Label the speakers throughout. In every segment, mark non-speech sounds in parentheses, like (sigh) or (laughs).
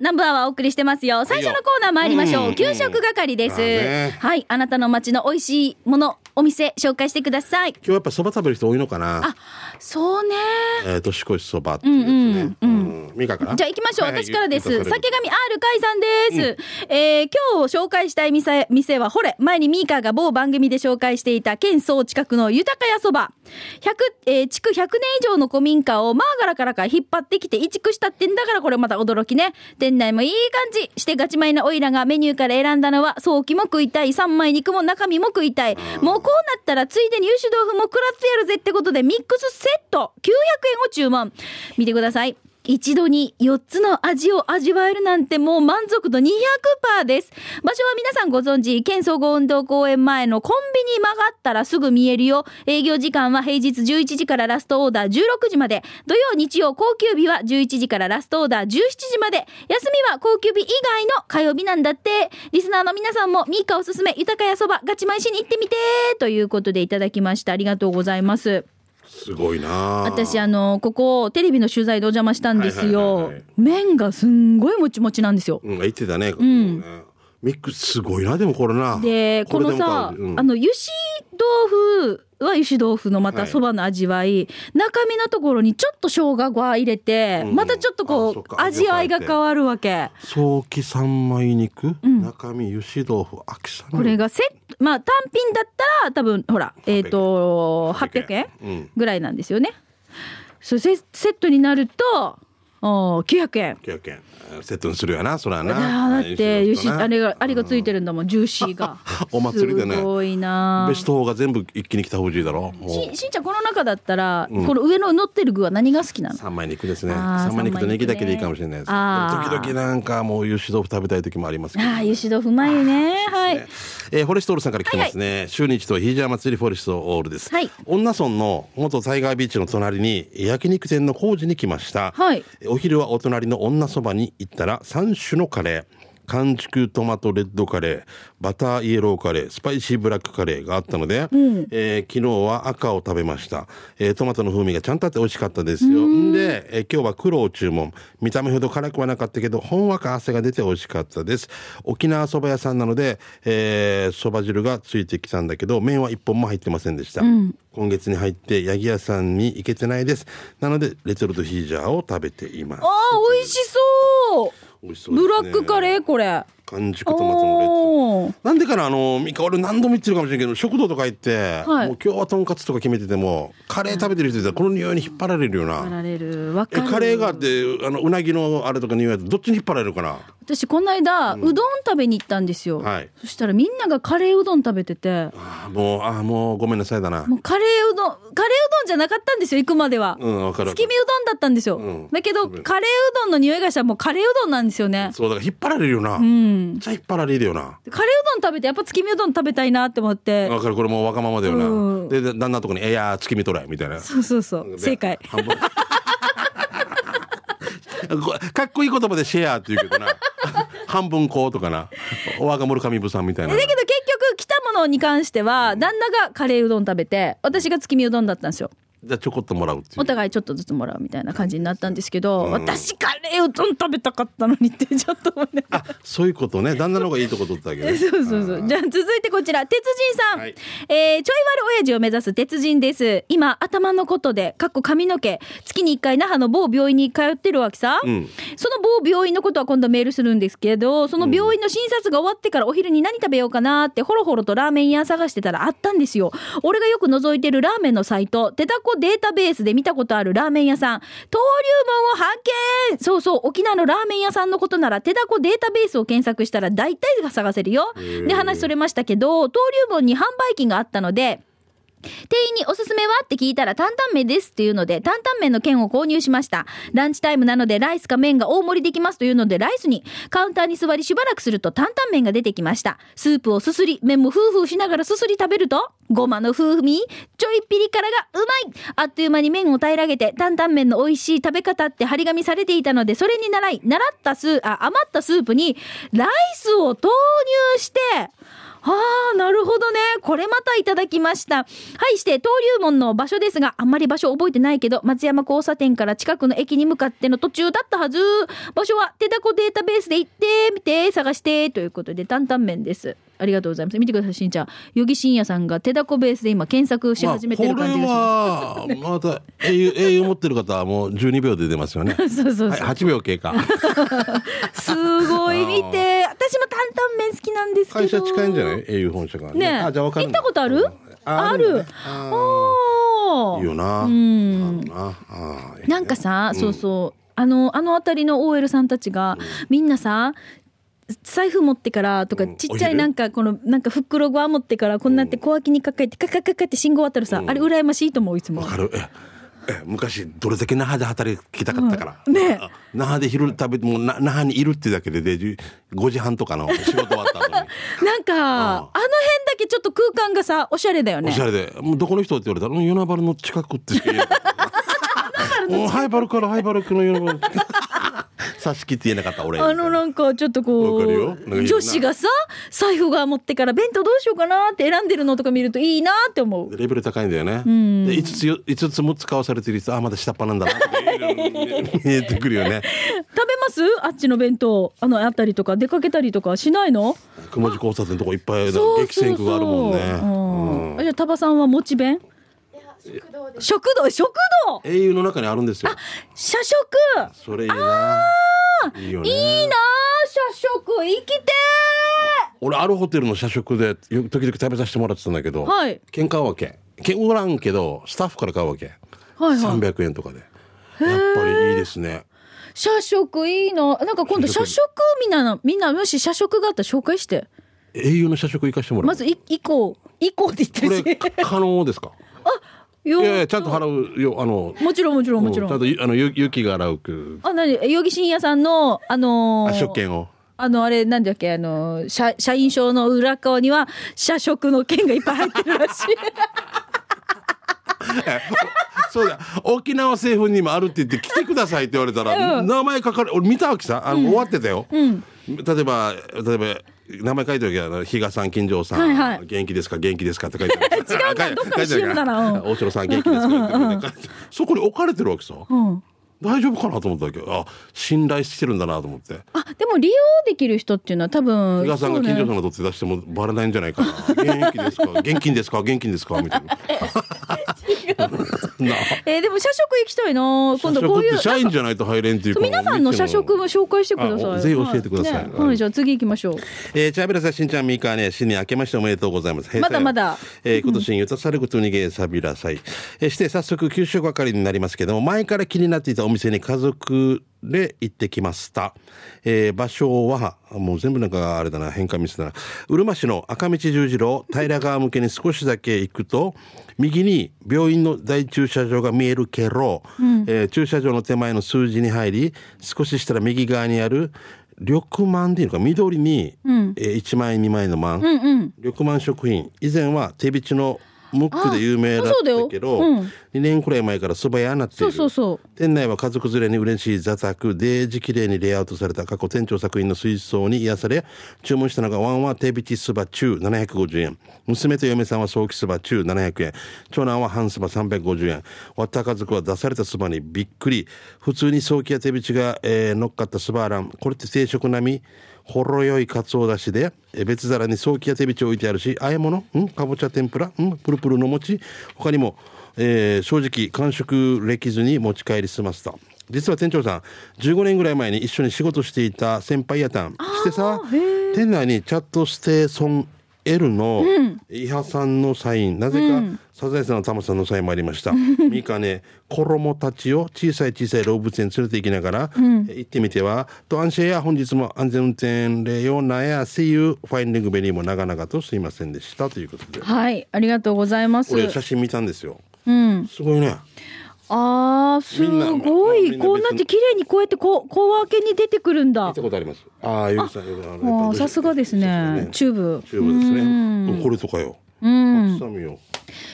Speaker 1: ナンバーはお送りしてますよ。最初のコーナー参りましょう。
Speaker 2: うん
Speaker 1: 給食係です、
Speaker 2: まあね
Speaker 1: はい、あなたの街の美味しいもの、お店紹介してください。
Speaker 2: 日やっぱそば食べる人多いのかな。
Speaker 1: そうね。
Speaker 2: えー、年越しそばっていうやつね。
Speaker 1: う
Speaker 2: うんん、ミカから。
Speaker 1: じゃあ行きましょう。
Speaker 2: はいはい
Speaker 1: 私からです。
Speaker 2: いい
Speaker 1: 酒
Speaker 2: よ
Speaker 1: 神 R 海さんです。えー今日紹介したい店店は、ほれ、前にミーカーが某番組で紹介していた県総近くの豊か屋そば。100、えー築100年以上の古民家をマーガラからか引っ張ってきて移築したってんだから、これまた驚きね。店内もいい感じ。してガチマイなオイラがメニューから選んだのは、早期も食いたい、三枚肉も中身も食いたい。もうこうなったら、ついでに油脂豆腐も食らってやるぜってことで、ミックスセット900円を注文。見てください。一度に4つの味を味わえるなんてもう満足度200%です。場所は皆さんご存知、県総合運動公園前のコンビニ曲がったらすぐ見えるよ。営業時間は平日11時からラストオーダー16時まで。土曜、日曜、高級日は11時からラストオーダー17時まで。休みは高級日以外の火曜日なんだって。リスナーの皆さんもミーカおすすめ、豊かやそば、ガチマイしに行ってみてということでいただきました。ありがとうございます。
Speaker 2: すごいな。
Speaker 1: 私あのここテレビの取材でお邪魔したんですよ、
Speaker 2: はいはいはいはい
Speaker 1: 麺がすんごいもちもちなんですよ
Speaker 2: うん、言ってたね。うん。ミックスすごいな、でもこれな。
Speaker 1: でこの
Speaker 2: れで
Speaker 1: さ、
Speaker 2: もかうん
Speaker 1: あの油脂豆腐は油脂豆腐のま
Speaker 2: は
Speaker 1: た
Speaker 2: い
Speaker 1: そばの味わい、中身のところにちょっと生姜が入れて、
Speaker 2: うん
Speaker 1: またちょっとこ
Speaker 2: あそうっか
Speaker 1: 味わいが変わるわけ
Speaker 2: 早期三枚肉、
Speaker 1: ん
Speaker 2: 中身油脂豆腐、秋さ
Speaker 1: これがセットまあ単品だったら多分ほらえっ、と800
Speaker 2: 800
Speaker 1: 円
Speaker 2: うん
Speaker 1: ぐらいなんですよねそうセセットになるとおー900円
Speaker 2: 経験セットにするよな、それは
Speaker 1: あ
Speaker 2: な。
Speaker 1: あだってよし
Speaker 2: 油
Speaker 1: あれ
Speaker 2: 脂
Speaker 1: があれがついてるんだもんジューシーが
Speaker 2: (laughs) お祭りですね
Speaker 1: ごいな
Speaker 2: ベスト方が全部一気に来たほしいだろ。も
Speaker 1: し
Speaker 2: う
Speaker 1: しんちゃんこの中だったら、この上の乗ってる具は何が好きなの
Speaker 2: 三枚肉ですね。
Speaker 1: あー
Speaker 2: 三枚肉とネギだけでいいかもしれないです。でも
Speaker 1: あー
Speaker 2: 時々なんかもう油脂豆腐食べたい時もありますけど。
Speaker 1: ああ油脂豆腐うまいねはい、
Speaker 2: えーフォレストオールさんから来てますね、週に一度ヒージャー祭りフォレストオールです、
Speaker 1: はい
Speaker 2: 女村の元タイガービーチの隣に焼肉店の工事に来ました、
Speaker 1: はい
Speaker 2: お昼はお隣の女そばに行ったら3種のカレー完熟トマトレッドカレーバターイエローカレースパイシーブラックカレーがあったので、えー昨日は赤を食べました、えートマトの風味がちゃんとあって美味しかったですよで、えー今日は黒を注文見た目ほど辛くはなかったけどほんわか汗が出て美味しかったです沖縄そば屋さんなので、えーそば汁がついてきたんだけど麺は1本も入ってませんでした、今月に入って八木屋さんに行けてないですなのでレトルトヒージャーを食べています
Speaker 1: ああ美味しそう
Speaker 2: 美味しそうです
Speaker 1: ブラ
Speaker 2: ね
Speaker 1: ックカレーこれ
Speaker 2: 完熟トマトのレッド
Speaker 1: おお
Speaker 2: なんでかなあのミカ俺何度も言ってるかもしれないけど食堂とか行って、
Speaker 1: はい
Speaker 2: もう今日はとんかつとか決めててもカレー食べてる人いたらこの匂いに引っ張られるよ
Speaker 1: や
Speaker 2: な
Speaker 1: られるわ
Speaker 2: え
Speaker 1: かる
Speaker 2: カレーがあってあのうなぎのあれとか匂いだとどっちに引っ張られるかな
Speaker 1: 私この間、うどん食べに行ったんですよ、
Speaker 2: はい
Speaker 1: そしたらみんながカレーうどん食べてて
Speaker 2: あーもうあーもうごめんなさいだな
Speaker 1: もうカレーうどんカレーうどんじゃなかったんですよ行くまでは、
Speaker 2: うんわかる
Speaker 1: 月見うどんだったんですよ、
Speaker 2: うん
Speaker 1: だけど
Speaker 2: うん
Speaker 1: カレーうどんの匂いがしたらもうカレーうどんなんですよね
Speaker 2: そうだから引っ張られるよな、
Speaker 1: う
Speaker 2: めっ
Speaker 1: ん
Speaker 2: ちゃ引っ張られるよな
Speaker 1: カレーうどん食べてやっぱ月見うどん食べたいなって思って
Speaker 2: わかるこれもうわがままだよな、
Speaker 1: うん
Speaker 2: でで旦那とかに「えいやー月見とらい」みたいな
Speaker 1: そうそうそう
Speaker 2: で
Speaker 1: 正解
Speaker 2: 半分 (laughs) こかっこいい言葉でシェアって言うけどな半分こうとかな我が森上部さんみたいな
Speaker 1: だけど結局来たものに関しては旦那がカレーうどん食べて私が月見うどんだったんですよ
Speaker 2: じゃあちょこっともらうってい
Speaker 1: お
Speaker 2: う
Speaker 1: 互いちょっとずつもらうみたいな感じになったんですけど、
Speaker 2: うん
Speaker 1: 私カレーうどん食べたかったのにってちょっと思いながら
Speaker 2: あそういうことね旦那の方がいいとこ取ったわけ
Speaker 1: (laughs)
Speaker 2: ね
Speaker 1: そうそうそう。じゃあ続いてこちら、鉄人さん。
Speaker 2: はい
Speaker 1: えーちょい悪親父を目指す鉄人です。今、頭のことで、かっこ髪の毛、月に1回那覇の某病院に通ってるわけさ。
Speaker 2: ん
Speaker 1: その某病院のことは今度メールするんですけど、その病院の診察が終わってからお昼に何食べようかなって、ほろほろとラーメン屋探してたらあったんですよ。俺がよく覗いてるラーメンのサイト、テタコデータベースで見たことあるラーメン屋さん、登竜門を発見そうそう、沖縄のラーメン屋さんのことなら、テタコデータベースを検索したら大体が探せるよ。で、話それましたけど、登竜門に販売機があったので、店員におすすめはって聞いたら担々麺ですっていうので、担々麺の券を購入しました。ランチタイムなのでライスか麺が大盛りできますというのでライスに、カウンターに座りしばらくすると担々麺が出てきました。スープをすすり、麺もフーフーしながらすすり食べると、ごまの風味、ちょいピリ辛がうまいあっという間に麺を平らげて、担々麺の美味しい食べ方って張り紙されていたので、それに習い、習ったスー、あ、余ったスープに、ライスを投入して、ああ、なるほどね。これまたいただきました。はい、して、登竜門の場所ですが、あんまり場所覚えてないけど、松山交差点から近くの駅に向かっての途中だったはず。場所は、手だこデータベースで行って、みて、探して、ということで、担々麺です。ありがとうございます。見てください、しんちゃん。ヨギ深也さんが手だこベースで今検索し始めてる感じがします。
Speaker 2: まあこれは、また、英雄、英雄持ってる方はもう12秒で出ますよね。
Speaker 1: (laughs) そうそうそう、
Speaker 2: はい、8秒経過。
Speaker 1: すごい見て私も担々麺好きなんですけど
Speaker 2: 会社近いんじゃない英雄本社が。
Speaker 1: ねえ
Speaker 2: あ、じゃあわかる
Speaker 1: 行ったことあるある
Speaker 2: あ
Speaker 1: お
Speaker 2: ー
Speaker 1: ー
Speaker 2: いいよな。
Speaker 1: ん
Speaker 2: あるなあー
Speaker 1: なんかさ、そうそうあのあの辺りの OL さんたちが、みんなさ財布持ってからとか、
Speaker 2: うん
Speaker 1: ちっちゃ
Speaker 2: お
Speaker 1: い
Speaker 2: 昼
Speaker 1: なんかこのなんか袋ごわ持ってからこんなって小脇にかけてカカカカって信号渡るさ、あれ羨ましいと思ういつも
Speaker 2: わかる。ええ昔どれだけ那覇で働きたかったから、
Speaker 1: うんねえ
Speaker 2: あ那覇で昼食べてもうな那覇にいるってだけででじゅ5時半とかの仕事終わっ
Speaker 1: (laughs)
Speaker 2: た後に
Speaker 1: なんかあの辺だけちょっと空間がさおしゃれだよ
Speaker 2: お
Speaker 1: ね
Speaker 2: しゃれで「もうどこの人?」って言われたら「うん与那原の近く」って
Speaker 1: (laughs)
Speaker 2: しか言えなかったもうハイバルからハイバル (laughs) くの与那原の近く差し切って言えなかった俺
Speaker 1: あのなんかちょっとこ
Speaker 2: わかるよなんかいいな
Speaker 1: う女子がさ財布が持ってから弁当どうしようかなって選んでるのとか見るといいなって思う
Speaker 2: レベル高いんだよね、
Speaker 1: ん
Speaker 2: で5つよ5つ6つ買わされてる人あまだ下っ端なんだなって見えてくるよ
Speaker 1: (laughs)
Speaker 2: ね
Speaker 1: 食べますあっちの弁当あのあったりとか出かけたりとかしないの
Speaker 2: くもじ交差点のとこいっぱいなんか
Speaker 1: そう
Speaker 2: 激戦区があるもんね
Speaker 1: そうそううん
Speaker 2: うん
Speaker 1: じゃあタバさんはもち弁
Speaker 3: いや食堂です
Speaker 1: 食堂食堂
Speaker 2: 英雄の中にあるんですよ
Speaker 1: 社食
Speaker 2: それいいな。いいよね。
Speaker 1: いいなあ社食生きて
Speaker 2: 俺あるホテルの社食でよ時々食べさせてもらってたんだけど、
Speaker 1: ーはい
Speaker 2: 喧嘩わけ。け売らんけどスタッフから買うわけ。
Speaker 1: はいはい
Speaker 2: 三百円とかで。やっぱりいいですね。
Speaker 1: 社食いいななんか今度社食みんなのみんなもし社食があったら紹介して
Speaker 2: 英雄の社食行かしてもらう。
Speaker 1: まずい以降以降って言
Speaker 2: こ
Speaker 1: って
Speaker 2: れ
Speaker 1: るし
Speaker 2: か可能で
Speaker 1: (laughs)
Speaker 2: すか。
Speaker 1: よ
Speaker 2: いやいやちゃんと払うよあの。
Speaker 1: もちろんもちろんもちろ。
Speaker 2: うんちゃんとあのゆゆきが洗うく。
Speaker 1: あ、なに、えヨギシンヤさんの、あのー
Speaker 2: あ食券を。 (laughs)
Speaker 1: あの、あれ、なんだっけ、あのー社、社員証の裏側には、社食の券がいっぱい入ってるらしい。
Speaker 2: そうだ沖縄政府にもあるって言って来てくださいって言われたら、
Speaker 1: うん
Speaker 2: 名前書かれ俺見たわけさあの、終わってたよ、
Speaker 1: ん
Speaker 2: 例えば例えば名前書いてるけど比嘉さん金城さん、
Speaker 1: はいはい
Speaker 2: 元気ですか元気ですかって書いてある
Speaker 1: (laughs) 違うな
Speaker 2: あ書い
Speaker 1: どっかの
Speaker 2: 書いてある
Speaker 1: CM だなうん
Speaker 2: 大城さん元気ですかって書いてあるそこに置かれてるわけさ
Speaker 1: うん。
Speaker 2: 大丈夫かなと思ったわけどあ信頼してるんだなと思って
Speaker 1: あ、でも利用できる人っていうのは多分、
Speaker 2: 比嘉さ
Speaker 1: そ
Speaker 2: んが
Speaker 1: う
Speaker 2: 金
Speaker 1: ね
Speaker 2: 城さんの取って出してもバレないんじゃないかな元気ですか現金ですか現金ですかみ
Speaker 1: (laughs)
Speaker 2: たいな (laughs) なあ
Speaker 1: えーでも社食行きたいな今度こういう
Speaker 2: 社食っ。て社員じゃないと入れんっていうか
Speaker 1: 皆さんの社食も紹介してくだ
Speaker 2: あ
Speaker 1: さ
Speaker 2: お
Speaker 1: い。
Speaker 2: ぜひ教えてください
Speaker 1: はい、ねはいじゃあ次行きましょう。
Speaker 2: えー、チャーベラさん、しんちゃん、みーかーね、新年明けましておめでとうございます。平成
Speaker 1: まだまだ
Speaker 2: えー今年にゆたされことにげさびらさい。えーして、早速、給食係になりますけども、前から気になっていたお店に家族で行ってきました。えー場所は、もう全部なんかあれだな、変化ミスだな。うるま市の赤道十字路、平川向けに少しだけ行くと、右に病院の大駐車場が見えるけど、えー駐車場の手前の数字に入り、少ししたら右側にある、緑満でいうのか緑に、えー1万円2万円の満、
Speaker 1: うんうん。
Speaker 2: 緑満食品以前は手引きのムックで有名だっ
Speaker 1: あそうだよ
Speaker 2: たけど、
Speaker 1: うん
Speaker 2: 2年くらい前から蕎麦屋になっている
Speaker 1: そうそうそう。
Speaker 2: 店内は家族連れに嬉しい座卓デージ綺麗にレイアウトされた過去店長作品の水槽に癒され注文したのがワンワン手引きそば中750円娘と嫁さんは早期そば中700円長男は半そば350円割った家族は出されたそばにびっくり普通に早期や手引きが、えー乗っかったそばランこれって定食並みほろ酔いかつおだしでえー別皿に早期や手引き置いてあるしあえ物んかぼちゃ天ぷらんプルプルの餅他にもえー正直完食できずに持ち帰り済ませた実は店長さん15年ぐらい前に一緒に仕事していた先輩やたんしてさ店内にチャットステーション L の伊波さんのサイン、なぜかサザエさんのタマさんのサインもありましたミカね衣たちを小さい小さい動物園に連れて行きながら、え行ってみてはと安心や本日も安全運転礼をなや See you ファインディングベリーも長々とすいませんでしたということで
Speaker 1: はい、ありがとうございます。
Speaker 2: 俺写真見たんですよ
Speaker 1: うん。
Speaker 2: すごいね
Speaker 1: あー、す
Speaker 2: みんな
Speaker 1: ご。
Speaker 2: みんない別に
Speaker 1: こうなって綺麗にこうやってこう、小分けに出てくるん
Speaker 2: 行
Speaker 1: だ
Speaker 2: った。ことあります。ああ、ゆうさん、ゆうさんあのやっぱ
Speaker 1: あ
Speaker 2: ど
Speaker 1: あ
Speaker 2: うし
Speaker 1: さすがですね。チューブ。
Speaker 2: チューブです
Speaker 1: う
Speaker 2: ね。
Speaker 1: ん
Speaker 2: これとかよ。
Speaker 1: うん。
Speaker 2: 臭みよ。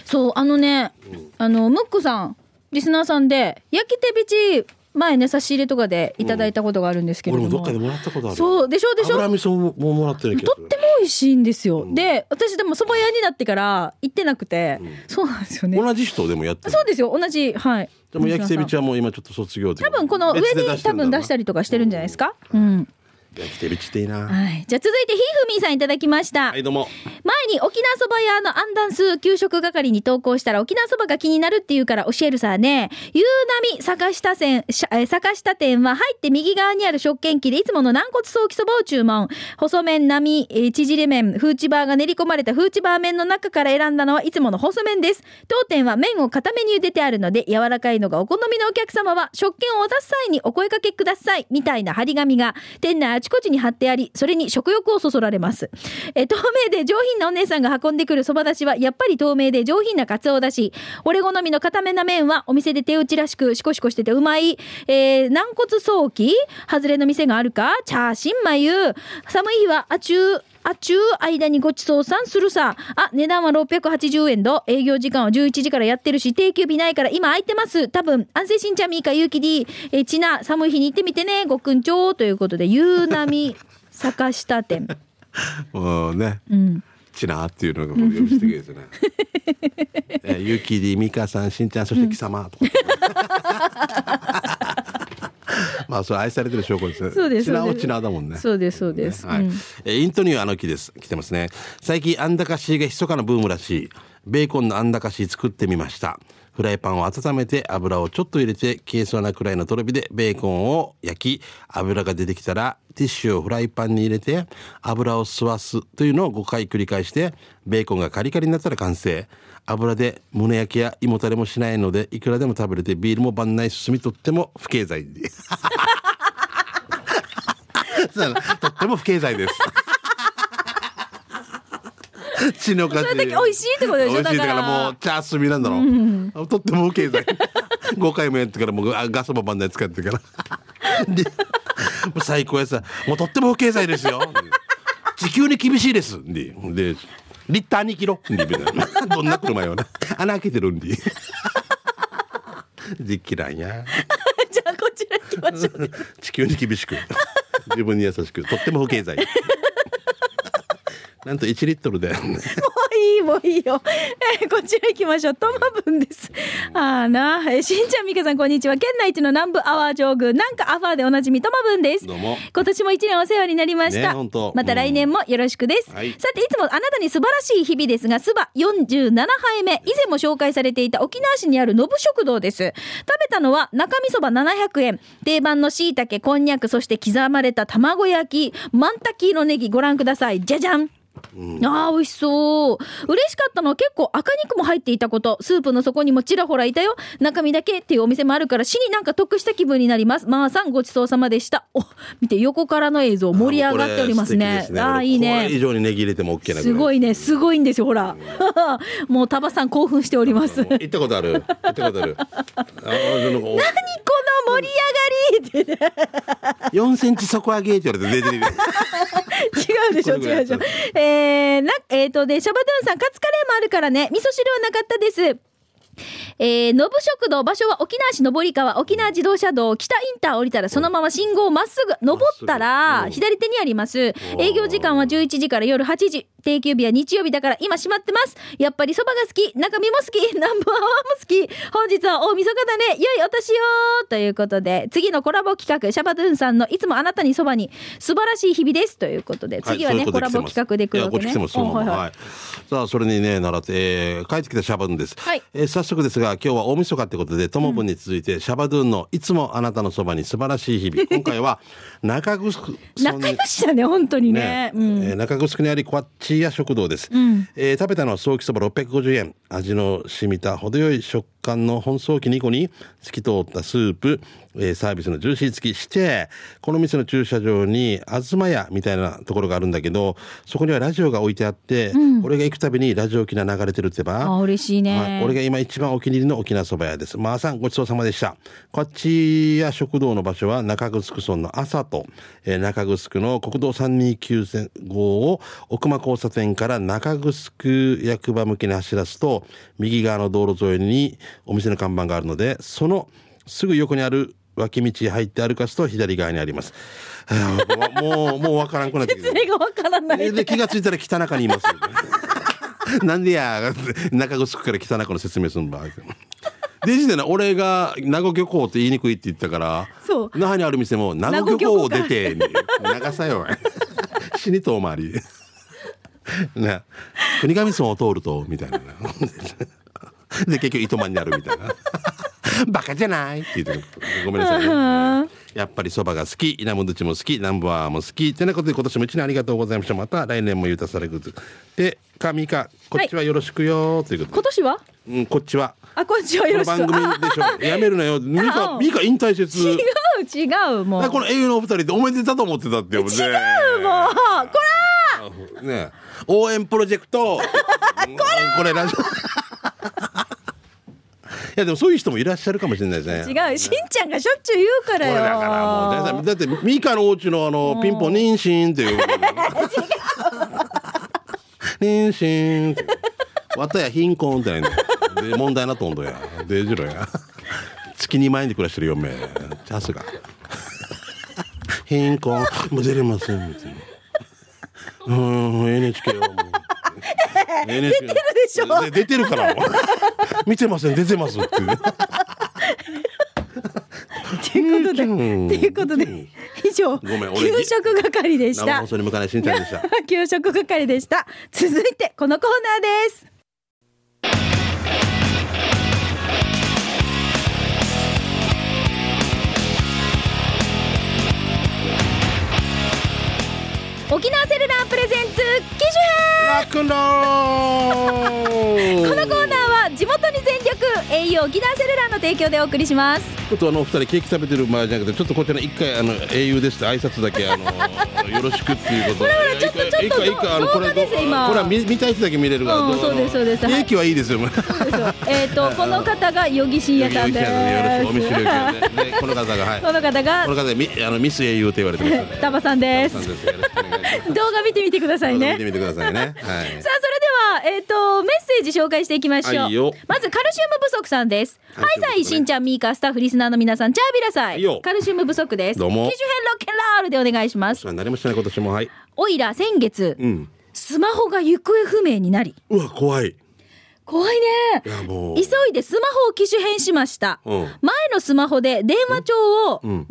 Speaker 1: そうあのね、あのムックさんリスナーさんで焼き手びち前ね差し入れとかでいただいたことがあるんですけれ
Speaker 2: 俺
Speaker 1: ども,、
Speaker 2: もどっかでもらったことある
Speaker 1: そうでしょでしょ
Speaker 2: 油味噌もももらってるけど
Speaker 1: とっても美味しいんですよ、
Speaker 2: うん
Speaker 1: で私でもそば屋になってから行ってなくて、
Speaker 2: うん
Speaker 1: そうなんですよね
Speaker 2: 同じ人でもやってる
Speaker 1: そうですよ同じはい
Speaker 2: でも焼きセビチはもう今ちょっと卒業
Speaker 1: 多分この上に多分出した
Speaker 2: り
Speaker 1: りとかしてるんじゃないですかうん、
Speaker 2: 焼きセビチっていいな
Speaker 1: はいじゃあ続いてひーふみんさんいただきました、
Speaker 2: はいどうも
Speaker 1: 前に沖縄そば屋のアンダンス給食係に投稿したら沖縄そばが気になるって言うから教えるさね。夕波坂下線、しゃえー坂下店は入って右側にある食券機でいつもの軟骨早期そばを注文。細麺、波、えー縮れ麺、フーチバーが練り込まれたフーチバー麺の中から選んだのはいつもの細麺です。当店は麺を固めに茹でてあるので柔らかいのがお好みのお客様は食券を渡す際にお声掛けくださいみたいな張り紙が店内あちこちに貼ってあり、それに食欲をそそられます。えー透明で上品なお姉さんが運んでくるそばだしはやっぱり透明で上品なかつおだし俺好みの固めな麺はお店で手打ちらしくシコシコしててうまい、えー、軟骨早期外れの店があるかチャーシンマユ寒い日はあちゅうあちゅう間にごちそうさんするさあ値段は680円度営業時間は11時からやってるし定休日ないから今空いてます多分安静しんちゃんみーかゆうき D えーちな寒い日に行ってみてねごくんちょうということで夕波坂下店
Speaker 2: うんね
Speaker 1: うん
Speaker 2: チナーっていうのがもう呼び捨てで
Speaker 1: (laughs)
Speaker 2: すねえーゆきりみかさんしんちゃんそして貴様とか (laughs) まあそれ愛されてる証拠ですね
Speaker 1: そうです
Speaker 2: チナー
Speaker 1: そう
Speaker 2: は
Speaker 1: です
Speaker 2: チナーだもんね
Speaker 1: そうですそうです
Speaker 2: はい
Speaker 1: うん
Speaker 2: えーイントニオあの木です来てますね最近あんだかしーが密かなブームらしいベーコンのあんだかしー作ってみましたフライパンを温めて油をちょっと入れて軽そうなくらいのとろ火でベーコンを焼き油が出てきたらティッシュをフライパンに入れて油を吸わすというのを5回繰り返してベーコンがカリカリになったら完成油で胸焼けや胃もたれもしないのでいくらでも食べれてビールも万内進みとっても不経済です (laughs) そうなのとっても不
Speaker 1: (laughs)
Speaker 2: 経済です血の感じ
Speaker 1: それだけ美味しいってことでしょ
Speaker 2: 美味しい
Speaker 1: だか
Speaker 2: だか
Speaker 1: らら
Speaker 2: もうチャースミなんだろう、とっても経済5回もやってからもうあガスも万内使ってから
Speaker 1: (laughs)
Speaker 2: でもう最高やさもうとっても経済ですよ地球に厳しいですででリッター2キロでみたいな (laughs) どんな車よな穴開けてるんで (laughs) できらんや
Speaker 1: (laughs) じゃあこちら行きましょう。
Speaker 2: (laughs) 地球に厳しく自分に優しくとっても不経済なんと1リットルで
Speaker 1: もういいもういいよ。 (laughs) えーこちら行きましょう。トマブンです。あーな、えーしんちゃんみかさんこんにちは。県内一の南部アワー上宮なんかアワーでおなじみトマブンです。
Speaker 2: どうも
Speaker 1: 今年も一年お世話になりました。
Speaker 2: ね本当
Speaker 1: また来年もよろしくです。
Speaker 2: うんはい
Speaker 1: さていつもあなたに素晴らしい日々ですが、スバ47杯目、以前も紹介されていた沖縄市にあるのぶ食堂です。食べたのは中身そば700円、定番の椎茸、こんにゃく、そして刻まれた卵焼き、マンタキ色ネギご覧ください。じゃじゃんあー美味しそう嬉しかったのは結構赤肉も入っていたことスープの底にもちらほらいたよ中身だけっていうお店もあるから死になんか得した気分になりますまー、さんごちそうさまでしたお見て横からの映像盛り上がっておりますね
Speaker 2: これ素敵です
Speaker 1: ああいい
Speaker 2: これ以
Speaker 1: ね
Speaker 2: 上にネギ入れても OK な
Speaker 1: すご
Speaker 2: い
Speaker 1: いねすごいんですよほら (laughs) もうタバさん興奮しております何こ
Speaker 2: 行ったことある行ったことあるああなんか
Speaker 1: の
Speaker 2: お
Speaker 1: 盛り上がりって
Speaker 2: 4センチ底上げって言われて出てる
Speaker 1: 違うでしょ
Speaker 2: これぐらい
Speaker 1: 違うでしょえー、なえー、とでシャバドゥンさんカツカレーもあるからね味噌汁はなかったですえー、のぶ食堂、場所は沖縄市上川、沖縄自動車道、北インター降りたら、そのまま信号をまっすぐ、登った
Speaker 2: う
Speaker 1: ら、
Speaker 2: ん
Speaker 1: 左手にあります。営業時間は11時から夜8時。定休日は日曜日だから、今閉まってます。やっぱり蕎麦が好き、中身も好き、 (laughs) 南部アワーも好き。本日は大晦日だね。良いお年をということで、次のコラボ企画、シャバドゥンさんの、いつもあなたにそばに、素晴らしい日々です。ということで、次はね、
Speaker 2: いそうい
Speaker 1: コ
Speaker 2: うこ
Speaker 1: ラ
Speaker 2: と
Speaker 1: ボ
Speaker 2: 来てま
Speaker 1: 企
Speaker 2: す
Speaker 1: 画で来るわけ
Speaker 2: い
Speaker 1: ね。
Speaker 2: やこっち来てますそのま
Speaker 1: お
Speaker 2: ま
Speaker 1: はいはい
Speaker 2: はいさあそれにね習って、えー帰ってきたシャバドゥンです、
Speaker 1: はい
Speaker 2: えー早速ですが今日は大晦日ってことでともぶんに続いて、シャバドゥンのいつもあなたのそばに素晴らしい日々今
Speaker 1: (laughs)
Speaker 2: 回は中ぐ
Speaker 1: 仲良しだね、本当にね。うん。
Speaker 2: えー中城にありコアッチーヤ食堂です、えー食べたのは早期そば650円味の染みた程よい食感の本早期2個に透き通ったスープ、えーサービスのジューシー付きしてこの店の駐車場に東屋みたいなところがあるんだけどそこにはラジオが置いてあって、俺が行くたびにラジオ機が流れてるってば
Speaker 1: あ、嬉しいね。
Speaker 2: はい、俺が今一番お気に入りの沖縄そば屋です。まー、さんごちそうさまでした。こっちや食堂の場所は中城村の朝と、えー中城の国道329線号を奥間交差点から中城役場向けに走らすと、右側の道路沿いにお店の看板があるので、そのすぐ横にある脇道入って歩かすと左側にあります。はあもう、もうわからんくなってき
Speaker 1: 説
Speaker 2: た。
Speaker 1: 明がわからない。
Speaker 2: で、気がついたら北中にいます。なんでや、中城から北中の説明すんば。で時点で俺が名護漁港って言いにくいって言ったから
Speaker 1: そう
Speaker 2: 那覇にある店も名護漁港を出て長さよ (laughs) 死に遠回りな国頭村を通るとみたいなで結局糸満になるみたいなバカじゃないって言ってごめんなさい、ね、やっぱりそばが好き稲本ちも好きナンバーも好きってなことで今年も一年ありがとうございましたまた来年もゆうたされぐずで神かこっちはよろしくよということ
Speaker 1: (laughs) 今年は
Speaker 2: で、うん、こっちは
Speaker 1: あ、こんにちは。
Speaker 2: こ
Speaker 1: よろ
Speaker 2: の
Speaker 1: しく。
Speaker 2: 番組でしょやめるなよミカミカ引退説
Speaker 1: 違う、違う、もう。
Speaker 2: この英雄のお二人っておめでたと思ってたって違うも
Speaker 1: 違う、もう。こ
Speaker 2: ねえ応援プロジェ
Speaker 1: (laughs)
Speaker 2: クトこれラジオ (laughs) いやでもそういう人もいらっしゃるかもしれないですね
Speaker 1: れ違う。しんちゃんがしょっちゅう言うから
Speaker 2: これ
Speaker 1: よ。
Speaker 2: だからもうだってだってミカのお家のあのピンポン妊娠っていう
Speaker 1: (laughs)
Speaker 2: 妊娠ってわたや貧困みたいなで問題なとんどやでじろや月2万円で暮らしてる嫁チャスが貧困もう出れませんみたいなうーん NHK
Speaker 1: (laughs)
Speaker 2: はもう NHK 出てる
Speaker 1: でしょ
Speaker 2: 出てるからもう見てません出てますっていう
Speaker 1: ということで、と
Speaker 2: うん
Speaker 1: いうことで、以上、
Speaker 2: ごめん俺
Speaker 1: 給食係 (laughs) でし
Speaker 2: 生
Speaker 1: た
Speaker 2: 放。送に向かないしんちゃんでした
Speaker 1: 給食係でした。続いて、このコーナーです。沖縄セルラープレゼンツ機種
Speaker 2: ロックンロール
Speaker 1: 編このコーナーは地元に全力栄養沖縄セルラーの提供でお送りします
Speaker 2: ちょっとあのお二人ケーキ食べてる前じゃなくてちょっとこちら一回あの英雄ですって挨拶だけあのよろしくっていうことほらほら
Speaker 1: ちょっとちょっと動
Speaker 2: こ
Speaker 1: 画
Speaker 2: れ
Speaker 1: です今
Speaker 2: これは見見たい人だけ見れるから、
Speaker 1: うん
Speaker 2: どぞ
Speaker 1: そうですそうです
Speaker 2: ケーキはいいですよ、
Speaker 1: えっ、とこの方がヨギ深夜さんです
Speaker 2: よろしくお見知りおきをねでこの方がはい
Speaker 1: この方
Speaker 2: この
Speaker 1: が
Speaker 2: 方みあのミス英雄って言われてますね
Speaker 1: タバさんです
Speaker 2: さんですよろしくお願いします
Speaker 1: 動画見てみてください
Speaker 2: どうぞ見
Speaker 1: ね
Speaker 2: てみてくださいねは
Speaker 1: さ
Speaker 2: い
Speaker 1: あそれではえっ、とメッセージ紹介していきましょう、
Speaker 2: はいよ
Speaker 1: まずカルシウム不足さんです
Speaker 2: カ
Speaker 1: は
Speaker 2: ルシ
Speaker 1: いさい
Speaker 2: ウム不足ね
Speaker 1: しんちゃんミーカスタッフリスナーの皆さんチャービラさ
Speaker 2: はいいよ
Speaker 1: カルシウム不足です
Speaker 2: どうも
Speaker 1: 機種変ロッケンロールでお願いしま
Speaker 2: お
Speaker 1: す
Speaker 2: 世話になりましたね今年もはい
Speaker 1: おいら先月、
Speaker 2: うん
Speaker 1: スマホが行方不明になり
Speaker 2: うわ怖い
Speaker 1: 怖い
Speaker 2: い
Speaker 1: ね
Speaker 2: やもう
Speaker 1: (laughs) 急いでスマホを機種変しました、
Speaker 2: うん
Speaker 1: 前のスマホで電話帳を
Speaker 2: うん
Speaker 1: Google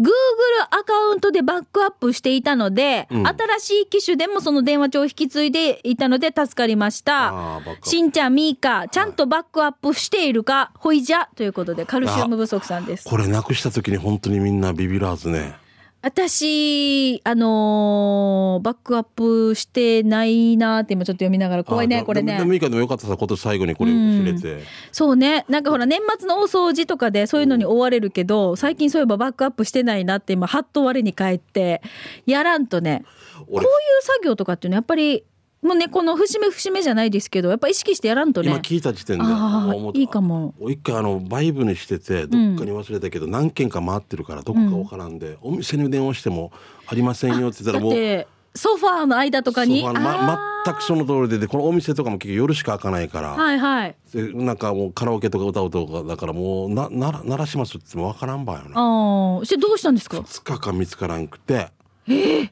Speaker 1: アカウントでバックアップしていたので、
Speaker 2: うん
Speaker 1: 新しい機種でもその電話帳を引き継いでいたので助かりまし
Speaker 2: あ
Speaker 1: た
Speaker 2: ーバックアッ。プ
Speaker 1: しんちゃん、みーか、ちゃんとバックアップしているか、ほいじゃ、ということで、カルシウム不足さんです。
Speaker 2: これなくした時に本当にみんなビビらずね
Speaker 1: 私、あのーバックアップしてないなーって今ちょっと読みながら、怖い
Speaker 2: あ
Speaker 1: ね、
Speaker 2: で
Speaker 1: これね
Speaker 2: でも。いいかでもよかったさ今年最後にこれを知れて、
Speaker 1: そうね。なんかほら、年末の大掃除とかでそういうのに追われるけど、最近そういえばバックアップしてないなって今、はっと我に返って、やらんとね、こういう
Speaker 2: 俺
Speaker 1: 作業とかっていうのはやっぱり、もうね、この節目節目じゃないですけど、やっぱ意識してやらんとね。
Speaker 2: 今聞いた時点で
Speaker 1: あ
Speaker 2: 思っ
Speaker 1: あ、
Speaker 2: た
Speaker 1: いいかも。
Speaker 2: 俺一回あのバイブにしててどっかに忘れたけど、何軒か回ってるからどこかわからんで、お店に電話してもありませんよって
Speaker 1: だ
Speaker 2: 言ったら
Speaker 1: っ
Speaker 2: もう
Speaker 1: て、ソファーの間とかに。
Speaker 2: そうあのま、全くその通りででこのお店とかも結局夜しか開かないから、
Speaker 1: あーはいはい。
Speaker 2: でなんかもうカラオケとか歌うとかだからもうななら鳴らしますってもわからんばよな
Speaker 1: ああ、してどうしたんですか
Speaker 2: 2日間見つからんくて、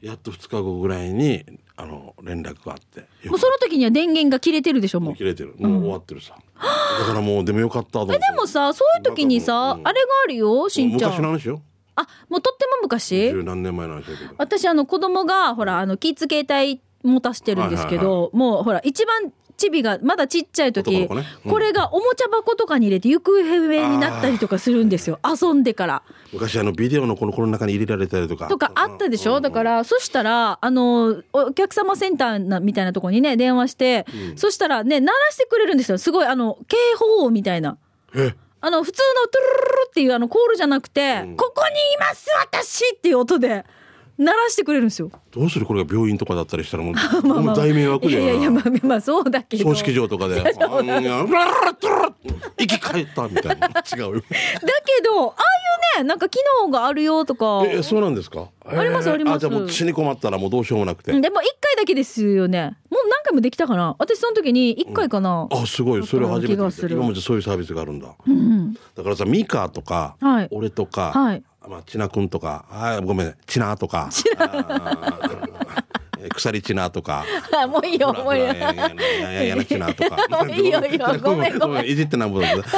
Speaker 2: やっと2日後ぐらいにあの連絡があってよ
Speaker 1: もうその時には電源が切れてるでしょ、も
Speaker 2: もう
Speaker 1: う。
Speaker 2: 切れてる、もう終わってるさだからもうでもよかったと思って
Speaker 1: え、でもさ、そういう時にさ
Speaker 2: う、ん
Speaker 1: あれがあるよ、しんちゃ
Speaker 2: 昔の
Speaker 1: ん。
Speaker 2: 話よ
Speaker 1: あ、もうとっても昔
Speaker 2: 十何年前の話だけど
Speaker 1: 私あの子供がほらあのキッズ携帯持たしてるんですけ
Speaker 2: はいは
Speaker 1: ど、もうほら一番チビがまだちっちゃい時、
Speaker 2: 男の子ねうん
Speaker 1: これがおもちゃ箱とかに入れて行方不明になったりとかするんですよ遊んでから
Speaker 2: 昔あのビデオのこのこの中に入れられたりとか
Speaker 1: とかあったでしょ、だからそしたらあのお客様センターなみたいなとこにね電話して、そしたらね鳴らしてくれるんですよすごいあの警報音みたいな。あの普通のトゥルルルルっていうあのコールじゃなくて、ここにいます私っていう音で鳴らしてくれるんですよ。
Speaker 2: どうするこれが病院とかだったりしたらもう
Speaker 1: (laughs)
Speaker 2: もう大迷惑
Speaker 1: い
Speaker 2: だ
Speaker 1: や
Speaker 2: よ
Speaker 1: い
Speaker 2: な
Speaker 1: やいや、まあ、まあ、そうだけど。
Speaker 2: 葬式場とかで「あんやうらららとら生き返った」みたいな違うよ
Speaker 1: だけど、ああいうね、なんか機能があるよとか。
Speaker 2: えそうなんですかあ
Speaker 1: りますあります
Speaker 2: じゃあもう死に困ったらもうどうしようもなくて、
Speaker 1: うんでも、一回だけですよね。もう何回もできたかな。私、その時に一回かな。
Speaker 2: あすごいそれ初
Speaker 1: 気
Speaker 2: めて
Speaker 1: が
Speaker 2: 見
Speaker 1: す
Speaker 2: た
Speaker 1: る
Speaker 2: 今もじゃあそういうサービスがあるんだ
Speaker 1: うん (laughs)
Speaker 2: だからさミカとか、
Speaker 1: はい
Speaker 2: 俺とか、
Speaker 1: はい
Speaker 2: まあ、ちなくんとか、あーごめん、ちなとか。あーえ鎖ちなとか。
Speaker 1: あもういいよ
Speaker 2: ほら
Speaker 1: もういいよ
Speaker 2: ほらやややややなちなとか。
Speaker 1: もう (laughs) いいよいいよごめんごめん
Speaker 2: いじってなんぼだけど。例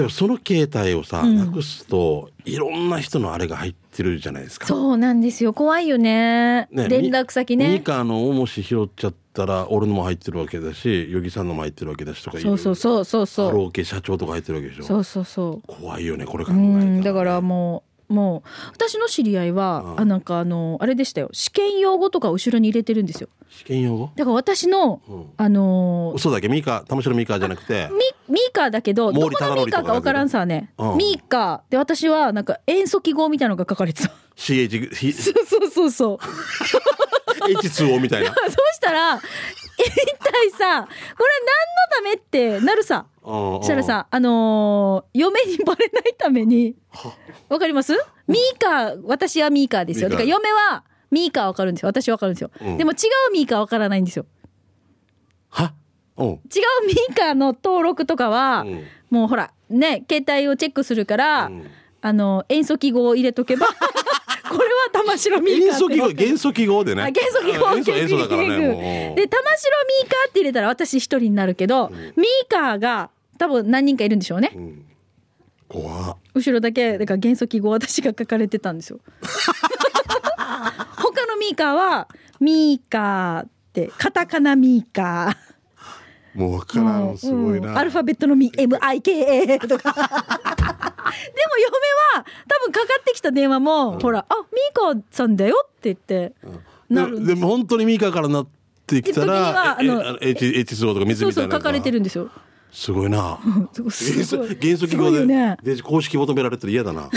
Speaker 2: えば、その携帯をさ、なくすと、いろんな人のあれが入ってるじゃないですか。
Speaker 1: そうなんですよ怖いよね
Speaker 2: ね
Speaker 1: 連絡先ね
Speaker 2: ミカのをもし拾っちゃったら、俺のも入ってるわけだし、ヨギさんのも入ってるわけだしとかい
Speaker 1: そうそうそうそう
Speaker 2: ハロ
Speaker 1: そう
Speaker 2: ー系社長とか入ってるわけでし
Speaker 1: そ
Speaker 2: ょ。
Speaker 1: うそうそう
Speaker 2: 怖いよね、これ考
Speaker 1: う
Speaker 2: えたらね
Speaker 1: ん、だからもう、もう、私の知り合いは、
Speaker 2: うん
Speaker 1: あ、なんか、あの、あれでしたよ。試験用語とか後ろに入れてるんですよ。
Speaker 2: 試験用語
Speaker 1: だから、私の、
Speaker 2: うん
Speaker 1: あのー、
Speaker 2: 嘘だっけミカ、玉城ミカじゃな
Speaker 1: (laughs)
Speaker 2: くて。
Speaker 1: ミ、ミーカーだけど、ど
Speaker 2: 毛
Speaker 1: こ
Speaker 2: 利
Speaker 1: のミーカーかわからんさね。
Speaker 2: うん
Speaker 1: ミーカーで、私は、なんか、塩素記号みたいのが書かれ
Speaker 2: (laughs)
Speaker 1: てた。
Speaker 2: CH、ひ
Speaker 1: そうそうそう (laughs) そう。
Speaker 2: H2O みたいな。
Speaker 1: そうしたら、一体さ、これ何のためってなるさ。
Speaker 2: そ
Speaker 1: (laughs) そしたら、さ、あのー嫁にバレないために、わかりますミーカー、私はミーカーですよ。
Speaker 2: ミ
Speaker 1: だ
Speaker 2: ー
Speaker 1: か
Speaker 2: カ
Speaker 1: ら
Speaker 2: ー
Speaker 1: 嫁はミーカーわかるんですよ。私わかるんですよ。
Speaker 2: うん
Speaker 1: でも違うミーカーわからないんですよ。
Speaker 2: はう
Speaker 1: 違
Speaker 2: ん。
Speaker 1: うミーカーの登録とかは、
Speaker 2: うん
Speaker 1: もうほら、ね、携帯をチェックするから、
Speaker 2: うん
Speaker 1: あの、塩素記号を入れと
Speaker 2: (laughs)
Speaker 1: けば、これは玉城ミーカー
Speaker 2: 元素記号、
Speaker 1: って
Speaker 2: 元素記号でね。
Speaker 1: あ元素記号
Speaker 2: あ元素、元素だからね。もう
Speaker 1: で、玉城ミーカーって入れたら私一人になるけど、ミーカーが多分何人かいるんでしょうね。
Speaker 2: うん怖っ
Speaker 1: 後ろだけだから元素記号私が書かれてたん
Speaker 2: (laughs)
Speaker 1: ですよ他のミーカーはミーカーってカタカナミーカ
Speaker 2: もうわか
Speaker 1: ー
Speaker 2: ら
Speaker 1: うん
Speaker 2: ん、すごいな。
Speaker 1: アルファベットのミ MIKA と
Speaker 2: (laughs)
Speaker 1: かでも嫁は多分かかってきた電話も、ほら「あミーカーさんだよ」って言って、なるん
Speaker 2: ででも本当にミカからなってきたら、
Speaker 1: 時
Speaker 2: え
Speaker 1: に
Speaker 2: え
Speaker 1: はあの
Speaker 2: あの H- H2O とか水
Speaker 1: そうそ
Speaker 2: みたいうなのが。
Speaker 1: 書かれてるんですよ。
Speaker 2: (laughs) すごいな。
Speaker 1: (laughs) すごい
Speaker 2: 元
Speaker 1: す
Speaker 2: 素
Speaker 1: ごい
Speaker 2: 元素記号
Speaker 1: すごいよ
Speaker 2: で、
Speaker 1: ね
Speaker 2: で公式求められたら嫌だな。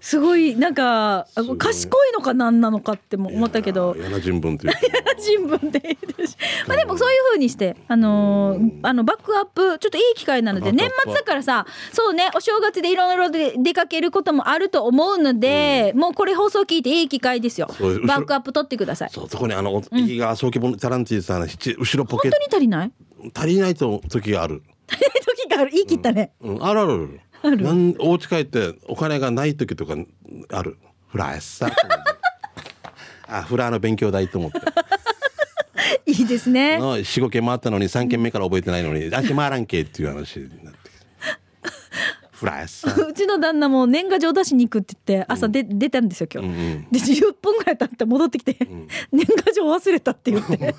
Speaker 1: すごいなんかあ
Speaker 2: すごい
Speaker 1: 賢いのか何なのかっても思ったけど
Speaker 2: いや嫌な人文というか。
Speaker 1: (laughs) 新聞でいいですし、まあ、でもそういうふうにして、あのーあのバックアップちょっといい機会なので
Speaker 2: バックア
Speaker 1: 年
Speaker 2: ップ
Speaker 1: 末だからさそうねお正月でいろいろで出かけることもあると思うので、もうこれ放送聞いていい機会ですよ
Speaker 2: そう後ろ
Speaker 1: バックアップ取ってください本
Speaker 2: そう、そこにあの、お右側、早期本タランティーさんの七後ろポケッ
Speaker 1: 当に足りない
Speaker 2: ト、足りないと時がある。
Speaker 1: (laughs) 時がある言い切ったね、
Speaker 2: うん、あるあるある。なんお家帰ってお金がない時とかある。フラーさ。 (laughs) あ、フラーの勉強代と思って。
Speaker 1: いいですね
Speaker 2: の4、5件回ったのに3件目から覚えてないのに、あ、し回らんけっていう話に
Speaker 1: (laughs)
Speaker 2: なってきて。フラーさ。
Speaker 1: うちの旦那も年賀状出しに行くって言って朝で、出たんですよ今日、
Speaker 2: うんうん
Speaker 1: で10分ぐらい経って戻ってきて、 (laughs) 年賀状忘れたって言って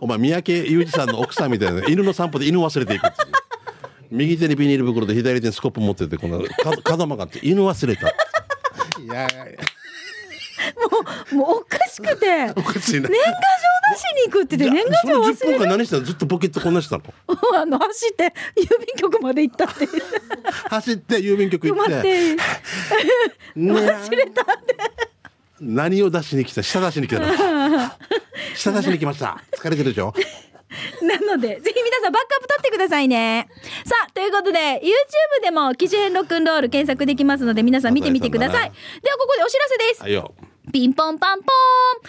Speaker 2: お前、三宅裕二さんの奥さんみたいな、犬の散歩で犬忘れていくっていう。右手にビニール袋で左手にスコップ持ってて、このか角間があって、犬忘れた。いやいやいや、
Speaker 1: もうおかしくて年賀
Speaker 2: (laughs) お
Speaker 1: 状
Speaker 2: かしいな。
Speaker 1: 出しに行くって言って年賀状忘れ
Speaker 2: その10分間何したのずっとポケットこんなしてたの
Speaker 1: あの走って郵便局まで行ったって
Speaker 2: 走って郵便局行っ
Speaker 1: 待ってて
Speaker 2: 忘れた何を出しに来た下出しに来たの
Speaker 1: (laughs)
Speaker 2: 下出しに来ました疲れてるでしょ
Speaker 1: なのでぜひ皆さんバックアップ取ってくださいねさあということで YouTube でも「機種編ロックンロール」検索できますので皆さん見てみてくださいではここでお知らせです
Speaker 2: はいよ
Speaker 1: ピンポンパンポ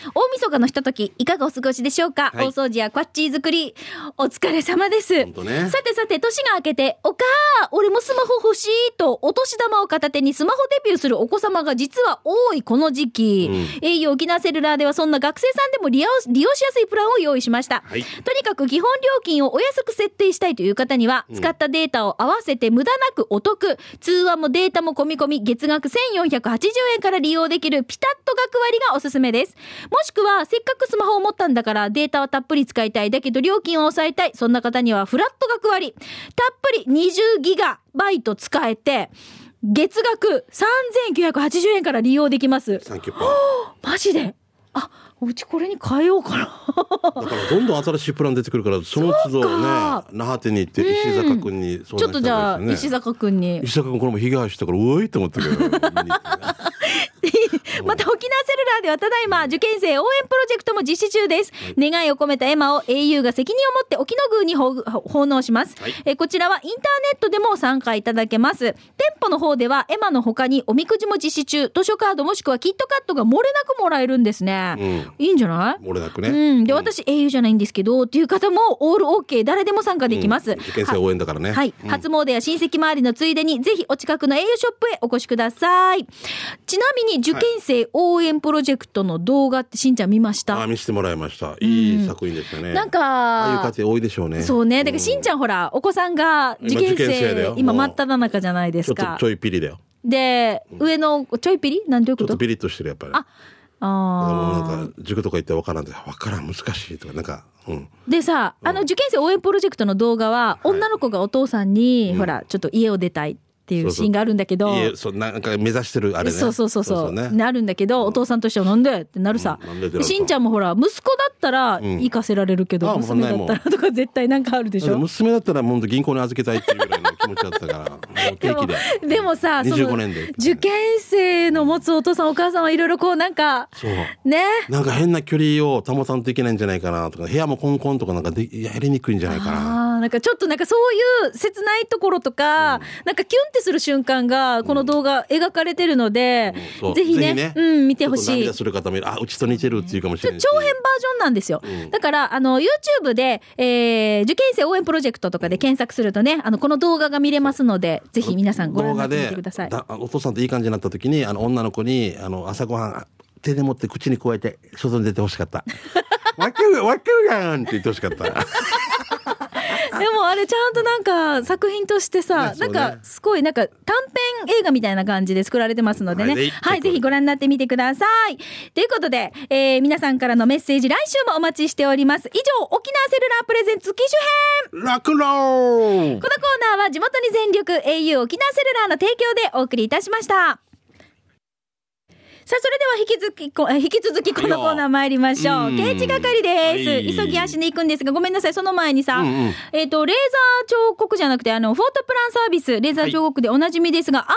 Speaker 1: ーン大晦日のひととき、いかがお過ごしでしょうか、
Speaker 2: はい
Speaker 1: 大掃除やクワッチー作り、お疲れ様です。
Speaker 2: ほんとね
Speaker 1: さてさて、年が明けて、おかー俺もスマホ欲しいと、お年玉を片手にスマホデビューするお子様が実は多いこの時期。営業沖縄セルラーではそんな学生さんでも利用利用しやすいプランを用意しました。
Speaker 2: はい
Speaker 1: とにかく基本料金をお安く設定したいという方には、使ったデータを合わせて無駄なくお得、通話もデータも込み込み、月額1480円から利用できるピタッと額割がおすすめです。もしくは、せっかくスマホを持ったんだからデータはたっぷり使いたい、だけど料金を抑えたい、そんな方にはフラット額割、たっぷり20ギガバイト使えて、月額3980円から利用できます。
Speaker 2: サン
Speaker 1: (laughs)
Speaker 2: キューパ
Speaker 1: マジであ、うちこれに変えようかな。
Speaker 2: ーだからどんどん新しいプラン出てくるからその都度
Speaker 1: そう
Speaker 2: ね
Speaker 1: か
Speaker 2: 那覇店に行って石坂君に相談した
Speaker 1: ちょっとじゃあ、
Speaker 2: んです
Speaker 1: 石
Speaker 2: よね
Speaker 1: 坂くんに (laughs)
Speaker 2: (laughs) 石坂君これも被害したからおいと思ったけど見に行ってね
Speaker 1: また沖縄セルナーではただいま受験生応援プロジェクトも実施中です、願いを込めたエマを au が責任を持って沖野宮に奉奉納します、
Speaker 2: はい
Speaker 1: えーこちらはインターネットでも参加いただけます店舗の方ではエマの他におみくじも実施中図書カードもしくはキットカットが漏れなくもらえるんですね、いいんじゃない
Speaker 2: 漏れなくね。
Speaker 1: うん、で私 au じゃないんですけどっていう方もオール OK 誰でも参加できます、
Speaker 2: 受験生応援だからね。
Speaker 1: はい、
Speaker 2: うん
Speaker 1: 初詣や親戚周りのついでにぜひお近くの au ショップへお越しくださいちなみに受験生応援プロジェクトの動画ってしんちゃん見ました、
Speaker 2: あ見せてもらいました。いい作品でしたね。
Speaker 1: なん
Speaker 2: ああいう
Speaker 1: か
Speaker 2: 家庭多いでしょうね。
Speaker 1: そうねだか
Speaker 2: ん
Speaker 1: らしんちゃんほらお子さんが受験
Speaker 2: 今受験生だ
Speaker 1: 生
Speaker 2: よ
Speaker 1: 今
Speaker 2: もう
Speaker 1: 真っ只中じゃないで
Speaker 2: ちょ
Speaker 1: す
Speaker 2: っと
Speaker 1: か
Speaker 2: ちょいピリだよ。
Speaker 1: で上のちょいピリなんていう
Speaker 2: ちょ
Speaker 1: こ
Speaker 2: っと
Speaker 1: と
Speaker 2: ピリッとしてるやっぱり。
Speaker 1: あ
Speaker 2: だからもう
Speaker 1: あ
Speaker 2: な
Speaker 1: あ
Speaker 2: んか塾とか行ってわからんで、わからん難しいとかなんか、うん。
Speaker 1: でさ、あの受験生応援プロジェクトの動画は、女の子がお父さんに、
Speaker 2: うん
Speaker 1: ほら、ちょっと家を出たいっていうシーンがあるんだけど、
Speaker 2: いえ、そうなんか目指してるあれね。
Speaker 1: そうそうそうそう
Speaker 2: ね。
Speaker 1: なるんだけど、お父さんとしてはなんでってなるさ
Speaker 2: うんなんでっ、て
Speaker 1: で
Speaker 2: なる
Speaker 1: しんちゃんもほら息子だったら
Speaker 2: ん
Speaker 1: 行かせられるけど、
Speaker 2: あそん
Speaker 1: 娘
Speaker 2: な
Speaker 1: だ
Speaker 2: んも
Speaker 1: っ
Speaker 2: ん
Speaker 1: たらとか絶対なんかあるでし
Speaker 2: だって
Speaker 1: ょ
Speaker 2: 娘だったらもう銀行に預けたいっていうぐらいの気持ちだったから、もう
Speaker 1: で
Speaker 2: 定
Speaker 1: も
Speaker 2: 期で。
Speaker 1: でもさその
Speaker 2: 25年で。
Speaker 1: 受験生の持つお父さんお母さんはいろいろこうなんか
Speaker 2: そう。
Speaker 1: ね
Speaker 2: なんか変な距離を保たんといけないんじゃないかなとか、部屋もコンコンとかなんかでやりにくいんじゃないかな。
Speaker 1: あーなんかちょっとなんかそういう切ないところとか、なんかキュンってする瞬間がこの動画描かれてるので、
Speaker 2: そう
Speaker 1: ぜひねうん、見てほし
Speaker 2: ちょっと
Speaker 1: い。
Speaker 2: 涙する方もいる。あ、うちと似てるっていうかもし
Speaker 1: ちょ
Speaker 2: れ
Speaker 1: 長
Speaker 2: ない
Speaker 1: 編
Speaker 2: し。
Speaker 1: バージョンなんですよ。だから、あの、YouTube で、えー受験生応援プロジェクトとかで検索するとね、あの、この動画が見れますので、ぜひ皆さんご覧
Speaker 2: 動
Speaker 1: になっ
Speaker 2: 画
Speaker 1: てみて
Speaker 2: で
Speaker 1: ください。
Speaker 2: だお父さんといい感じになった時にあの女の子にあの朝ごはんあ手で持って口に加えて外に出てほしかった。わけるわけるやんって言ってほしかった。
Speaker 1: でもあれちゃんとなんか作品としてさ、な
Speaker 2: ねそ
Speaker 1: ん
Speaker 2: うね
Speaker 1: かすごいなんか短編映画みたいな感じで作られてますのでね。
Speaker 2: は
Speaker 1: はい
Speaker 2: い、
Speaker 1: ぜひご覧になってみてください。ということで、えー皆さんからのメッセージ来週もお待ちしております。以上、沖縄セルラープレゼンツ機種編
Speaker 2: ラクロー
Speaker 1: このコーナーは地元に全力 au 沖縄セルラーの提供でお送りいたしました。さあ、それでは引き続きこ、え引き続きこのコーナー参りましょう。
Speaker 2: うん
Speaker 1: 刑事係です。
Speaker 2: はい
Speaker 1: 急ぎ足で行くんですが、ごめんなさい、その前にさ、
Speaker 2: うんうん
Speaker 1: えっ、と、レーザー彫刻じゃなくて、あの、フォートプランサービス、レーザー彫刻でおなじみですが、アート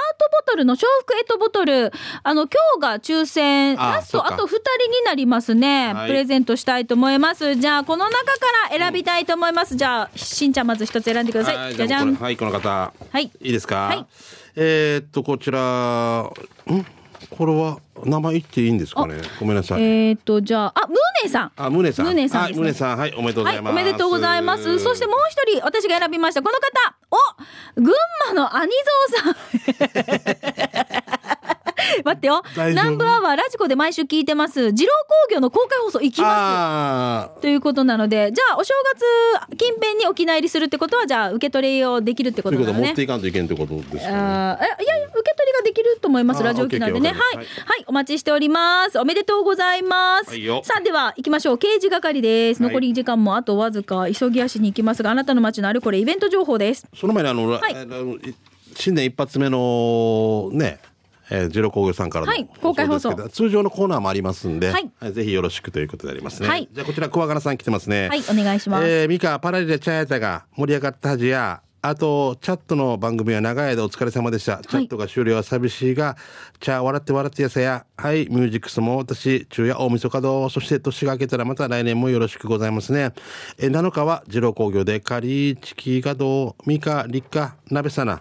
Speaker 1: ボトルの小福エトボトル、あの、今日が抽選、
Speaker 2: あ
Speaker 1: ラスト
Speaker 2: そう
Speaker 1: あ
Speaker 2: か
Speaker 1: と2人になりますね、
Speaker 2: はい
Speaker 1: プレゼントしたいと思います。じゃあ、この中から選びたいと思います。じゃあ、しんちゃんまず一つ選んでくださ。
Speaker 2: はいい
Speaker 1: じゃじ
Speaker 2: じゃ
Speaker 1: ゃ
Speaker 2: あこれ
Speaker 1: ん。
Speaker 2: はいこの方
Speaker 1: はい
Speaker 2: いいですか、
Speaker 1: はい
Speaker 2: えーっとこちらんこれは名前言っていいんですかねごめんなさい、
Speaker 1: えっ、と、じゃあ、あ、ムーネさん。
Speaker 2: あムネさん
Speaker 1: ムネさん
Speaker 2: はい
Speaker 1: ですね
Speaker 2: ムネさんはいおめでとうご
Speaker 1: はい、
Speaker 2: ざい
Speaker 1: お
Speaker 2: ます、
Speaker 1: めでとうございます。そしてもう一人、私が選びました、この方、お群馬のアニゾウさん。 (laughs) 待ってよ。
Speaker 2: 大丈夫
Speaker 1: 南部アワーラジコで毎週聞いてます。二郎工業の公開放送行きま
Speaker 2: あー
Speaker 1: す。ということなので、じゃあ、お正月近辺に沖縄入りするってことは、じゃあ、受け取りをできるってこと
Speaker 2: というこ
Speaker 1: だ
Speaker 2: と
Speaker 1: よ
Speaker 2: は持っ
Speaker 1: ね
Speaker 2: て。いかんといけんということですかね
Speaker 1: あーえいや、受け取りができると思いま
Speaker 2: あ
Speaker 1: す、
Speaker 2: ー
Speaker 1: ラジオ機内でね。
Speaker 2: オ
Speaker 1: は
Speaker 2: ッケ
Speaker 1: い、
Speaker 2: ーオ
Speaker 1: は
Speaker 2: ッケー
Speaker 1: い、お待ちしております。おめでとうございます。
Speaker 2: はいよ
Speaker 1: さあ、では、行きましょう。刑事係です。
Speaker 2: はい
Speaker 1: 残り時間もあとわずか、急ぎ足に行きますが、あなたの街のあれこれイベント情報です。
Speaker 2: その前にあの、ら
Speaker 1: はい
Speaker 2: あのい新年一発目のねえー、ジロ工業さんからの
Speaker 1: はい公開放送
Speaker 2: ですけど通常のコーナーもありますんで、
Speaker 1: はい
Speaker 2: はいぜひよろしくということでありますね、
Speaker 1: はい
Speaker 2: じゃあこちら桑原さん来てますね
Speaker 1: はい、お願いします。
Speaker 2: えー、ミカパラリラチャヤタが盛り上がったはずやあとチャットの番組は長い間お疲れ様でした、チャットが終了は寂しいがチャー笑って笑ってやさやはいミュージックスも私昼夜大晦日どうそして年が明けたらまた来年もよろしくございますね、えー、7日は二郎工業でカリーチキがどうミカリッカ鍋
Speaker 1: (laughs)
Speaker 2: さな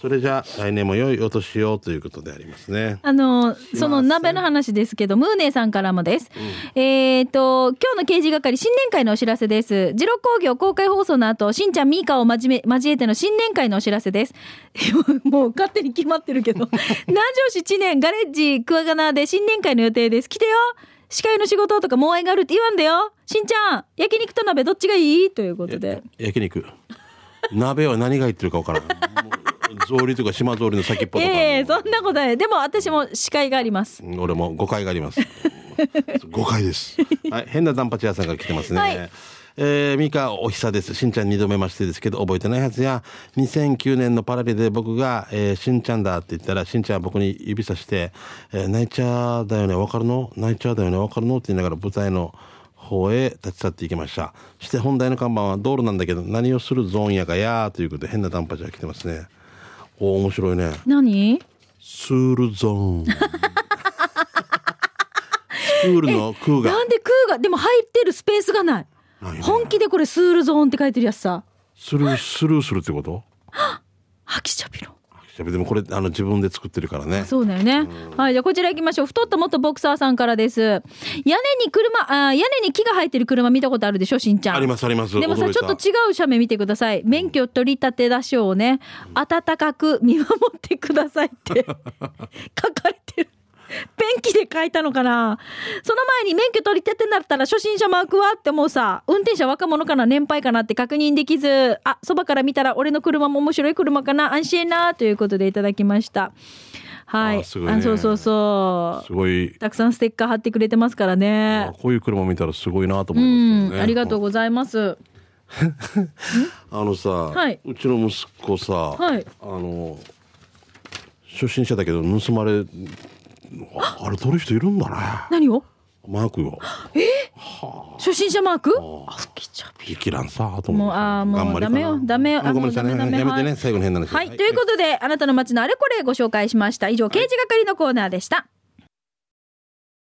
Speaker 2: それじゃあ来年も良いお年をということでありますね
Speaker 1: あのその鍋の話ですけどムーネーさんからもです、えっ、と今日の刑事係新年会のお知らせです次郎工業公開放送の後しんちゃんミーカをまじめ交えての新年会のお知らせです (laughs) もう勝手に決まってるけ
Speaker 2: (laughs)
Speaker 1: ど南城市知念ガレッジクワガナで新年会の予定です来てよ司会の仕事とかもう愛があるって言わんだよしんちゃん焼肉と鍋どっちがいいということで
Speaker 2: 焼肉鍋は何が入ってるかわからんもう草履とか島草履の先っぽとかも
Speaker 1: ええそんなことないでも私も司会があります
Speaker 2: うん俺も誤解があり (laughs) ます。誤解です。はい、変なダンパチ屋さんが来てますね。
Speaker 1: はい
Speaker 2: えー、ミカお久です。しんちゃん二度目ましてですけど、覚えてないはずや、2009年のパラリで僕が、えーしんちゃんだって言ったら、しんちゃんは僕に指さして、えー、泣いちゃだよね、わかるの泣いちゃだよね、わかるのって言いながら舞台の方へ立ち去っていきました。して本題の看板は道路なんだけど、何をするゾーンやがやーということで、変なダンパチが来てますね。おー、面白いね。
Speaker 1: 何
Speaker 2: スールゾーン。ールの空が
Speaker 1: なんで空がでも入ってるスペースがない
Speaker 2: ないね
Speaker 1: 本気でこれスールゾーンって書いてるやつさ
Speaker 2: スルースルーするってこと
Speaker 1: 飽きちゃびろ
Speaker 2: でもこれあの自分で作ってるからね
Speaker 1: そうだよね。はい、じゃあこちら行きましょう。太った元ボクサーさんからです。屋根に車、あー屋根に木が生えてる車見たことあるでしょ、しんちゃん。
Speaker 2: ありますあります
Speaker 1: でもさ、
Speaker 2: 驚い
Speaker 1: ち
Speaker 2: た
Speaker 1: ょっと違う写メ見てください。免許取り立て出しをね、温かく見守ってくださいって (laughs) 書かれてる。ペンキで書いたのかなその前に免許取り立てになったら初心者マークはってもうさ、運転者若者かな年配かなって確認できず、あ、そばから見たら俺の車も面白い車かな安心なということでいただきました。はい。
Speaker 2: あすごいね
Speaker 1: あそうそうそ。
Speaker 2: すごいう
Speaker 1: たくさんステッカー貼ってくれてますから
Speaker 2: あ
Speaker 1: ね。
Speaker 2: こういう車見たらすごいなと思
Speaker 1: う
Speaker 2: いますよ
Speaker 1: ん、
Speaker 2: ね
Speaker 1: ありがとうございます。
Speaker 2: あのさ、
Speaker 1: はいう
Speaker 2: ちの息子さ、
Speaker 1: はい
Speaker 2: あの初心者だけど盗まれああれ取る人いるんだね
Speaker 1: 何を
Speaker 2: マーク
Speaker 1: (gasps)
Speaker 2: よ
Speaker 1: 初心者マークあきちゃび
Speaker 2: いきらんさと
Speaker 1: もう
Speaker 2: 思って
Speaker 1: あーもう
Speaker 2: 頑張りかな
Speaker 1: ダメよダメよ
Speaker 2: もうごめんなさいね
Speaker 1: あもうダメダメ
Speaker 2: やめてね、
Speaker 1: はい
Speaker 2: 最後の変な話
Speaker 1: はい、ということで、あなたの街のあれこれご紹介しました。以上、刑事係のコーナーでした。